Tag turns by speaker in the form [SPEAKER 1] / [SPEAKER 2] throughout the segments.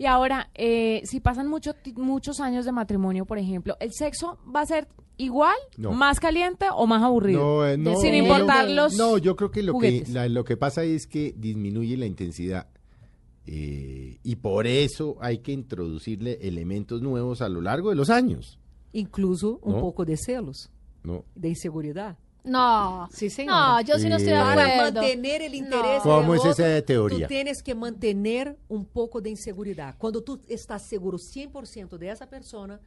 [SPEAKER 1] Y ahora, eh, si pasan mucho, ti- muchos años de matrimonio, por ejemplo, ¿el sexo va a ser igual,
[SPEAKER 2] No.
[SPEAKER 1] más caliente o más aburrido?
[SPEAKER 2] No, eh, no,
[SPEAKER 1] Sin
[SPEAKER 2] yo-
[SPEAKER 1] importar los
[SPEAKER 2] No, yo creo que lo que,
[SPEAKER 1] juguetes.
[SPEAKER 2] la- lo que pasa es que disminuye la intensidad. eh, y por eso hay que introducirle elementos nuevos a lo largo de los años.
[SPEAKER 3] Incluso um
[SPEAKER 2] No.
[SPEAKER 3] pouco de celos,
[SPEAKER 2] ¿no?
[SPEAKER 3] de inseguridad.
[SPEAKER 4] No,
[SPEAKER 3] Sí, señor.
[SPEAKER 4] no, yo sí no estoy de
[SPEAKER 2] Eh,
[SPEAKER 3] Para
[SPEAKER 4] acuerdo.
[SPEAKER 3] manter el interesse
[SPEAKER 4] No.
[SPEAKER 3] do
[SPEAKER 2] ¿Cómo es
[SPEAKER 3] outro,
[SPEAKER 2] esa teoría?
[SPEAKER 3] Tu tienes que manter um pouco de inseguridade. Quando tu estás seguro 100% dessa pessoa,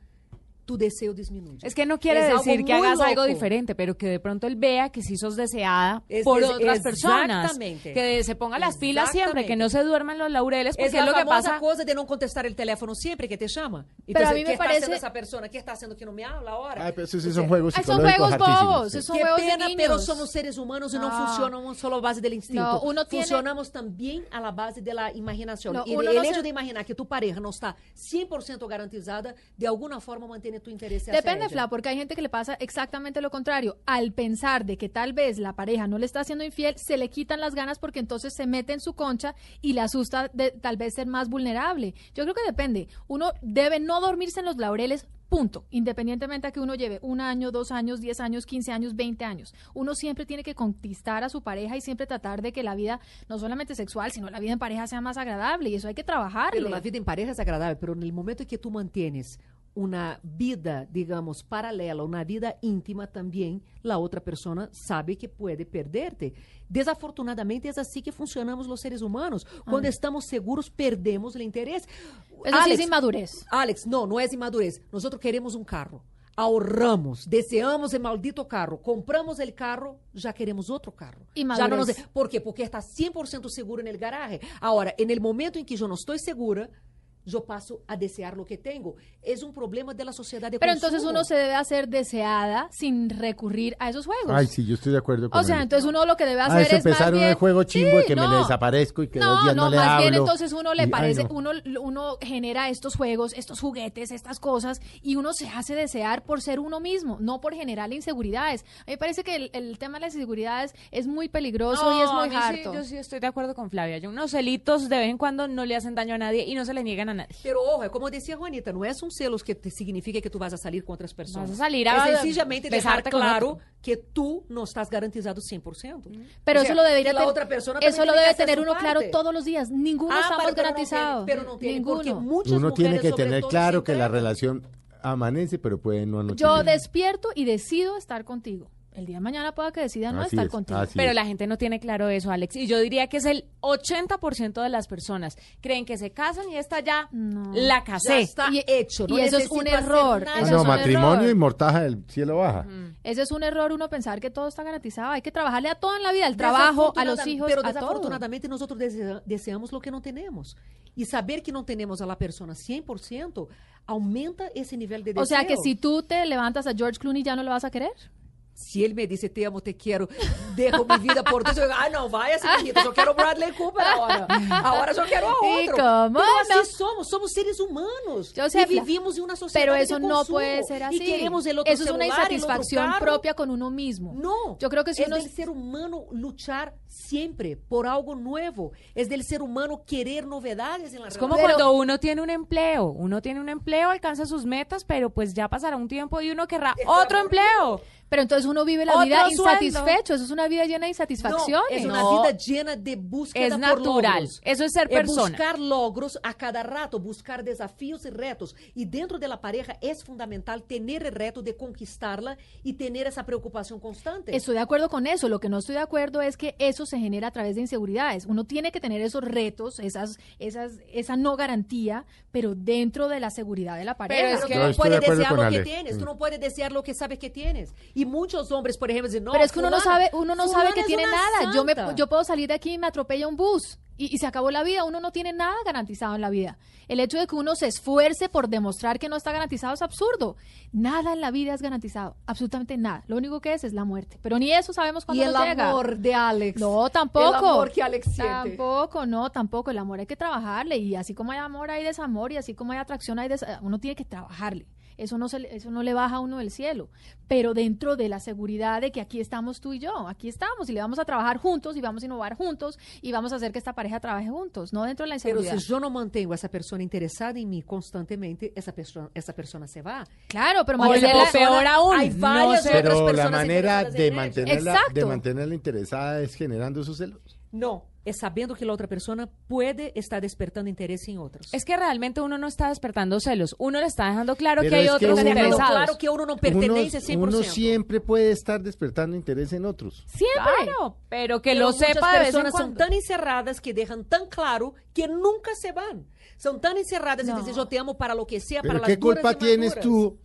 [SPEAKER 3] tu desejo diminui.
[SPEAKER 1] Es que no quiere
[SPEAKER 3] Es algo
[SPEAKER 1] decir que
[SPEAKER 3] muy
[SPEAKER 1] hagas algo
[SPEAKER 3] loco.
[SPEAKER 1] diferente, pero que de pronto él vea que sí sos deseada
[SPEAKER 3] Es-
[SPEAKER 1] por
[SPEAKER 3] es-
[SPEAKER 1] otras personas.
[SPEAKER 3] exactamente.
[SPEAKER 1] Que se ponga las pilas siempre,
[SPEAKER 3] Exactamente.
[SPEAKER 1] que no se duerman los laureles, porque
[SPEAKER 3] Essa
[SPEAKER 1] es,
[SPEAKER 3] é a
[SPEAKER 1] lo que
[SPEAKER 3] famosa
[SPEAKER 1] pasa.
[SPEAKER 3] coisa de não contestar o teléfono sempre que te chama.
[SPEAKER 4] Pero a mí
[SPEAKER 3] ¿qué
[SPEAKER 4] me
[SPEAKER 3] está
[SPEAKER 4] parece-
[SPEAKER 3] haciendo esa persona? ¿Qué está haciendo que no me habla ahora?
[SPEAKER 2] Ay, pero esos sí son juegos
[SPEAKER 4] Ay, Ah, son
[SPEAKER 2] psicológicos
[SPEAKER 4] juegos
[SPEAKER 2] hartísimos,
[SPEAKER 4] bobos,
[SPEAKER 2] sí.
[SPEAKER 4] esos- son
[SPEAKER 3] Qué
[SPEAKER 4] huevos de
[SPEAKER 3] pena, pero
[SPEAKER 4] niños.
[SPEAKER 3] somos seres humanos y no,
[SPEAKER 4] No.
[SPEAKER 3] funcionamos solo a base del instinto.
[SPEAKER 4] No, uno tiene-
[SPEAKER 3] Funcionamos también a la base de la imaginación.
[SPEAKER 4] No,
[SPEAKER 3] y
[SPEAKER 4] uno
[SPEAKER 3] el
[SPEAKER 4] no
[SPEAKER 3] hecho
[SPEAKER 4] se-
[SPEAKER 3] de imaginar que tu pareja no está 100% garantizada, de alguna forma mantiene tu interés hacia
[SPEAKER 4] Depende,
[SPEAKER 3] ella.
[SPEAKER 4] Fla, porque hay gente que le pasa exactamente lo contrario. Al pensar de que tal vez la pareja no le está haciendo infiel, se le quitan las ganas porque entonces se mete en su concha y le asusta de tal vez ser más vulnerable. Yo creo que depende. Uno debe no dormirse en los laureles. Punto. Independientemente a que uno lleve un año, dos años, diez años, quince años, veinte años. Uno siempre tiene que conquistar a su pareja y siempre tratar de que la vida, no solamente sexual, sino la vida en pareja sea más agradable. Y eso hay que trabajar.
[SPEAKER 3] Pero la vida en pareja es agradable, pero en el momento en que tú mantienes una vida, digamos, paralela, una vida íntima también, la otra persona sabe que puede perderte. Desafortunadamente es así que funcionamos los seres humanos. Cuando estamos seguros, perdemos el interés.
[SPEAKER 4] Eso sí es inmadurez.
[SPEAKER 3] Alex, não, não é imadurez. Nós outros queremos um carro. Ahorramos, deseamos o maldito carro, compramos o carro, já queremos outro carro. Já
[SPEAKER 4] Imadurez.
[SPEAKER 3] não nos... Por quê? Porque está 100% seguro no garagem. Agora, no momento em que eu não estou segura, eu passo a desear o que tenho. É um problema da sociedade de
[SPEAKER 4] Pero
[SPEAKER 3] consumo.
[SPEAKER 4] entonces uno se debe hacer deseada sin recurrir a esos juegos.
[SPEAKER 2] Ay, sí, yo estoy de acuerdo con
[SPEAKER 4] O sea,
[SPEAKER 2] él.
[SPEAKER 4] entonces uno lo que debe hacer
[SPEAKER 2] Ah, eso
[SPEAKER 4] es más
[SPEAKER 2] empezaron
[SPEAKER 4] bien-
[SPEAKER 2] el juego chingo de
[SPEAKER 4] Sí,
[SPEAKER 2] que me
[SPEAKER 4] no.
[SPEAKER 2] desaparezco y que dos
[SPEAKER 4] no,
[SPEAKER 2] días no,
[SPEAKER 4] no,
[SPEAKER 2] le
[SPEAKER 4] más
[SPEAKER 2] hablo.
[SPEAKER 4] bien entonces uno
[SPEAKER 2] Y-
[SPEAKER 4] le
[SPEAKER 2] ay,
[SPEAKER 4] parece,
[SPEAKER 2] no.
[SPEAKER 4] uno, uno genera estos juegos, estos juguetes, estas cosas, y uno se hace desear por ser uno mismo, no por generar inseguridades. A mí me parece que el, el tema de las inseguridades es muy peligroso y es
[SPEAKER 1] No, a
[SPEAKER 4] muy
[SPEAKER 1] mí sí,
[SPEAKER 4] harto.
[SPEAKER 1] yo sí estoy de acuerdo con Flavia. Yo, unos celitos de vez en cuando no le hacen daño a nadie y no se le niegan a nadie.
[SPEAKER 3] Pero ojo, é como decía Juanita, não é são selos que te significa que tu vas a salir com outras pessoas.
[SPEAKER 1] Vas a salir a
[SPEAKER 3] É sencillamente deixar
[SPEAKER 1] besarte con
[SPEAKER 3] claro
[SPEAKER 1] otro.
[SPEAKER 3] que tu não estás garantizado 100%.
[SPEAKER 4] Pero
[SPEAKER 3] O
[SPEAKER 4] eso
[SPEAKER 3] sea,
[SPEAKER 4] lo debería
[SPEAKER 3] que la
[SPEAKER 4] tener,
[SPEAKER 3] otra persona también
[SPEAKER 4] eso
[SPEAKER 3] tiene
[SPEAKER 4] lo
[SPEAKER 3] que
[SPEAKER 4] debe
[SPEAKER 3] hacer
[SPEAKER 4] tener
[SPEAKER 3] su
[SPEAKER 4] uno claro
[SPEAKER 3] parte.
[SPEAKER 4] todos los días. Ninguno
[SPEAKER 3] Ah,
[SPEAKER 4] estamos
[SPEAKER 3] pero no
[SPEAKER 4] garantizados.
[SPEAKER 3] tiene, pero no tiene, porque
[SPEAKER 4] ninguno.
[SPEAKER 3] muchas
[SPEAKER 2] Uno tiene
[SPEAKER 3] mujeres,
[SPEAKER 2] que
[SPEAKER 3] sobre
[SPEAKER 2] tener
[SPEAKER 3] todo,
[SPEAKER 2] claro
[SPEAKER 3] se
[SPEAKER 2] que la
[SPEAKER 3] entregan.
[SPEAKER 2] relación amanece, pero puede no anochecer.
[SPEAKER 4] Yo despierto y decido estar contigo. El día de mañana pueda que decida no
[SPEAKER 2] Así
[SPEAKER 4] estar
[SPEAKER 2] es,
[SPEAKER 4] contigo.
[SPEAKER 2] así
[SPEAKER 1] Pero
[SPEAKER 2] es.
[SPEAKER 1] la gente no tiene claro eso, Alex. Y yo diría que es el 80% de las personas. Creen que se casan y esta ya
[SPEAKER 4] No.
[SPEAKER 1] la
[SPEAKER 3] Ya
[SPEAKER 1] casé.
[SPEAKER 3] está
[SPEAKER 4] Y-
[SPEAKER 3] hecho. no
[SPEAKER 4] y eso es un
[SPEAKER 3] necesito hacer
[SPEAKER 4] error.
[SPEAKER 3] nada.
[SPEAKER 2] Ah,
[SPEAKER 4] eso
[SPEAKER 2] no,
[SPEAKER 4] es un
[SPEAKER 2] matrimonio
[SPEAKER 4] error.
[SPEAKER 2] y mortaja del cielo baja.
[SPEAKER 4] Ese es un error uno pensar que todo está garantizado. Hay que trabajarle a todo en la vida, al trabajo, a los
[SPEAKER 3] Desafortunada-
[SPEAKER 4] hijos,
[SPEAKER 3] Pero
[SPEAKER 4] a todo.
[SPEAKER 3] desafortunadamente nosotros desea- deseamos lo que no tenemos. Y saber que no tenemos a la persona 100% aumenta ese nivel de deseo.
[SPEAKER 4] O sea que si tú te levantas a George Clooney ya no lo vas a querer.
[SPEAKER 3] Si él me dice, te amo, te quiero, dejo mi vida por ti. Yo digo, ah, no, vaya, señorita, yo quiero Bradley Cooper ahora. Ahora yo quiero a
[SPEAKER 4] ¿Y
[SPEAKER 3] otro.
[SPEAKER 4] cómo
[SPEAKER 3] Pero
[SPEAKER 4] no?
[SPEAKER 3] así somos, somos seres humanos.
[SPEAKER 4] Yo sé,
[SPEAKER 3] y
[SPEAKER 4] Fla.
[SPEAKER 3] vivimos en una sociedad
[SPEAKER 4] Pero
[SPEAKER 3] de
[SPEAKER 4] eso no
[SPEAKER 3] consumo.
[SPEAKER 4] puede ser así.
[SPEAKER 3] Y queremos el otro
[SPEAKER 4] eso es una
[SPEAKER 3] celular, el otro
[SPEAKER 4] insatisfacción
[SPEAKER 3] carro.
[SPEAKER 4] propia con uno mismo.
[SPEAKER 3] No.
[SPEAKER 4] Yo creo que si
[SPEAKER 3] es
[SPEAKER 4] uno
[SPEAKER 3] del ser humano luchar siempre por algo nuevo. Es del ser humano querer novedades en la
[SPEAKER 1] Es como
[SPEAKER 3] relación.
[SPEAKER 1] cuando uno tiene un empleo. Uno tiene un empleo, alcanza sus metas, pero pues ya pasará un tiempo y uno querrá otro empleo.
[SPEAKER 4] pero entonces uno vive la
[SPEAKER 1] Otro
[SPEAKER 4] vida
[SPEAKER 1] sueldo.
[SPEAKER 4] insatisfecho, eso es una vida llena de
[SPEAKER 3] No,
[SPEAKER 4] insatisfacciones.
[SPEAKER 3] es una
[SPEAKER 1] No.
[SPEAKER 3] vida llena de búsqueda
[SPEAKER 1] Es
[SPEAKER 3] por
[SPEAKER 1] natural.
[SPEAKER 3] logros.
[SPEAKER 1] Eso es ser
[SPEAKER 3] É
[SPEAKER 1] persona.
[SPEAKER 3] buscar logros a cada rato, buscar desafios y retos. Y dentro de la pareja es fundamental tener el reto de conquistarla y tener esa preocupación constante.
[SPEAKER 4] Estoy de acuerdo con eso. Lo que no estoy de acuerdo es que eso se genera a través de inseguridades. Uno tiene que tener esos retos, esas, esas, esa no garantía, pero dentro de la seguridad de la pareja.
[SPEAKER 1] es
[SPEAKER 3] Pero
[SPEAKER 1] que-
[SPEAKER 3] tú
[SPEAKER 1] Yo
[SPEAKER 3] no
[SPEAKER 2] estoy de
[SPEAKER 3] puedes
[SPEAKER 2] acuerdo
[SPEAKER 3] desear
[SPEAKER 2] con
[SPEAKER 3] lo que
[SPEAKER 2] Ale.
[SPEAKER 3] tienes, tú
[SPEAKER 2] Mm.
[SPEAKER 3] no puedes desear lo que sabes que tienes. Y muchos hombres, por ejemplo, dicen, no,
[SPEAKER 4] Pero es que uno no
[SPEAKER 3] fulana-
[SPEAKER 4] sabe, uno no sabe
[SPEAKER 3] fulana
[SPEAKER 4] que
[SPEAKER 3] es
[SPEAKER 4] tiene
[SPEAKER 3] una
[SPEAKER 4] nada. Yo me,
[SPEAKER 3] santa".
[SPEAKER 4] yo puedo salir de aquí y me atropella un bus. Y, y se acabó la vida, uno no tiene nada garantizado en la vida. El hecho de que uno se esfuerce por demostrar que no está garantizado es absurdo. Nada en la vida es garantizado, absolutamente nada. Lo único que es es la muerte. Pero ni eso sabemos
[SPEAKER 3] Y
[SPEAKER 4] cuándo
[SPEAKER 3] el
[SPEAKER 4] nos llega.
[SPEAKER 3] amor de Alex.
[SPEAKER 4] No, tampoco.
[SPEAKER 3] El amor que Alex siente.
[SPEAKER 4] Tampoco, no, tampoco. El amor hay que trabajarle. Y así como hay amor, hay desamor. Y así como hay atracción, hay des- Uno tiene que trabajarle. Eso no, se le, eso no le baja a uno del cielo. Pero dentro de la seguridad de que aquí estamos tú y yo, aquí estamos y le vamos a trabajar juntos y vamos a innovar juntos y vamos a hacer que esta pareja trabaje juntos, no dentro de la
[SPEAKER 3] Pero
[SPEAKER 4] inseguridad.
[SPEAKER 3] se eu não mantenho essa pessoa interessada em mim constantemente, essa pessoa, esa persona se vai.
[SPEAKER 4] claro, pero
[SPEAKER 1] Oye,
[SPEAKER 4] Marcela,
[SPEAKER 1] pero peor aún.
[SPEAKER 3] Hay
[SPEAKER 1] No
[SPEAKER 3] varias
[SPEAKER 1] sé.
[SPEAKER 3] otras
[SPEAKER 2] Pero la
[SPEAKER 3] personas
[SPEAKER 2] manera
[SPEAKER 3] interesadas en
[SPEAKER 2] de
[SPEAKER 3] ella.
[SPEAKER 2] mantenerla, de
[SPEAKER 4] Exacto.
[SPEAKER 2] mantenerla interesada es generando esos celos.
[SPEAKER 3] Não, é sabendo que a outra pessoa pode estar despertando interesse em outros.
[SPEAKER 1] Es que realmente uno no está despertando celos, uno le está dejando claro
[SPEAKER 2] Pero
[SPEAKER 1] que hay
[SPEAKER 2] es que
[SPEAKER 1] otros
[SPEAKER 2] uno-
[SPEAKER 3] Pero
[SPEAKER 1] interesados.
[SPEAKER 3] claro que uno não
[SPEAKER 2] Uno,
[SPEAKER 3] pertenece 100%.
[SPEAKER 2] uno siempre puede estar despertando interés en otros.
[SPEAKER 4] siempre.
[SPEAKER 1] Claro, pero que
[SPEAKER 3] Pero
[SPEAKER 1] lo sepa de
[SPEAKER 3] Muitas
[SPEAKER 1] vez en
[SPEAKER 3] pessoas são
[SPEAKER 1] cuando.
[SPEAKER 3] tão encerradas que deixam tão claro que nunca se vão. São tão encerradas
[SPEAKER 4] No.
[SPEAKER 3] que dizem, eu te amo para lo que sea, para
[SPEAKER 2] Pero
[SPEAKER 3] las
[SPEAKER 2] ¿qué
[SPEAKER 3] duras
[SPEAKER 2] culpa
[SPEAKER 3] y
[SPEAKER 2] tienes
[SPEAKER 3] maduras".
[SPEAKER 2] tú?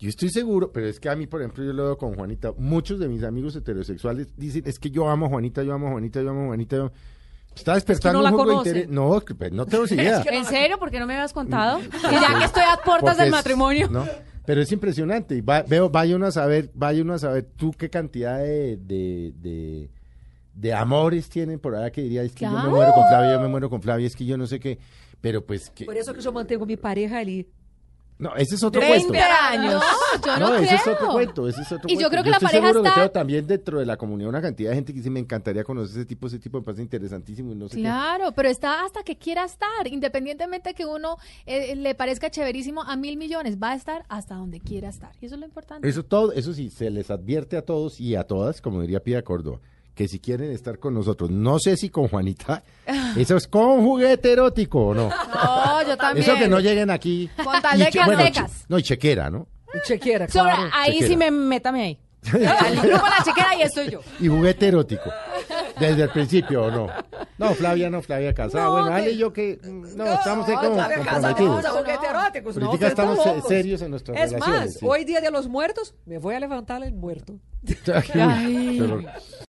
[SPEAKER 2] Yo estoy seguro, pero es que a mí, por ejemplo, yo lo veo con Juanita. Muchos de mis amigos heterosexuales dicen, es que yo amo a Juanita, yo amo a Juanita, yo amo a Juanita. yo amo". Está despertando
[SPEAKER 3] no la
[SPEAKER 2] un juego de
[SPEAKER 3] conocen.
[SPEAKER 2] interés. No, es que, pues, no tengo idea.
[SPEAKER 1] ¿En serio? ¿Por qué no me habías contado?
[SPEAKER 2] Porque-
[SPEAKER 1] Y ya que estoy a puertas
[SPEAKER 2] porque
[SPEAKER 1] del
[SPEAKER 2] es-
[SPEAKER 1] matrimonio.
[SPEAKER 2] ¿no? Pero es impresionante. Y va- veo, vaya uno a saber, vaya uno a saber tú qué cantidad de, de, de- de amores tienen por allá que diría, es que yo
[SPEAKER 4] Claro.
[SPEAKER 2] me muero con Flavia, yo me muero con Flavia, es que yo no sé qué. Pero pues que...
[SPEAKER 4] e-,
[SPEAKER 3] Por eso que yo mantengo mi pareja ali.
[SPEAKER 2] No, ese es otro
[SPEAKER 1] 20
[SPEAKER 2] cuento.
[SPEAKER 1] años.
[SPEAKER 4] No, yo no, creo.
[SPEAKER 2] ese es otro cuento, ese es otro
[SPEAKER 4] Y yo
[SPEAKER 2] cuento.
[SPEAKER 4] creo que la
[SPEAKER 2] estoy
[SPEAKER 4] pareja
[SPEAKER 2] seguro
[SPEAKER 4] está-
[SPEAKER 2] que tengo también dentro de la comunidad una cantidad de gente que dice, me encantaría conocer ese tipo, ese tipo me parece interesantísimo y no sé qué".
[SPEAKER 4] Claro, pero está hasta que quiera estar, independientemente que uno eh, le parezca chéverísimo a mil millones, va a estar hasta donde quiera estar. Y eso es lo importante.
[SPEAKER 2] Eso todo, eso sí, se les advierte a todos y a todas, como diría Pia Córdoba, que si quieren estar con nosotros, no sé si con Juanita, eso es con juguete erótico o no.
[SPEAKER 4] Oh,
[SPEAKER 1] No, yo también.
[SPEAKER 2] Eso que no lleguen aquí.
[SPEAKER 4] Con tal de
[SPEAKER 2] y che-
[SPEAKER 4] que
[SPEAKER 2] bueno,
[SPEAKER 4] aztecas.
[SPEAKER 2] che- no, y chequera, ¿no?
[SPEAKER 3] E chequeira,
[SPEAKER 1] Sobre-
[SPEAKER 3] claro.
[SPEAKER 1] ahí
[SPEAKER 2] Chequera.
[SPEAKER 1] sí me métame ahí. Al grupo la chequera y estoy yo.
[SPEAKER 2] Y juguete erótico. Desde el principio o no. No, Flavia no, Flavia casada. bueno, Ale y yo que. mm, No, estamos ahí como
[SPEAKER 3] Sabe, casa,
[SPEAKER 2] comprometidos.
[SPEAKER 3] vamos a juguetes eróticos,
[SPEAKER 2] Ahorita
[SPEAKER 3] no, ustedes
[SPEAKER 2] estamos
[SPEAKER 3] están
[SPEAKER 2] se-
[SPEAKER 3] locos.
[SPEAKER 2] serios en nuestras
[SPEAKER 3] Es
[SPEAKER 2] relaciones,
[SPEAKER 3] más,
[SPEAKER 2] sí.
[SPEAKER 3] hoy día de los muertos, me voy a levantar el muerto.
[SPEAKER 2] Uy, qué horror.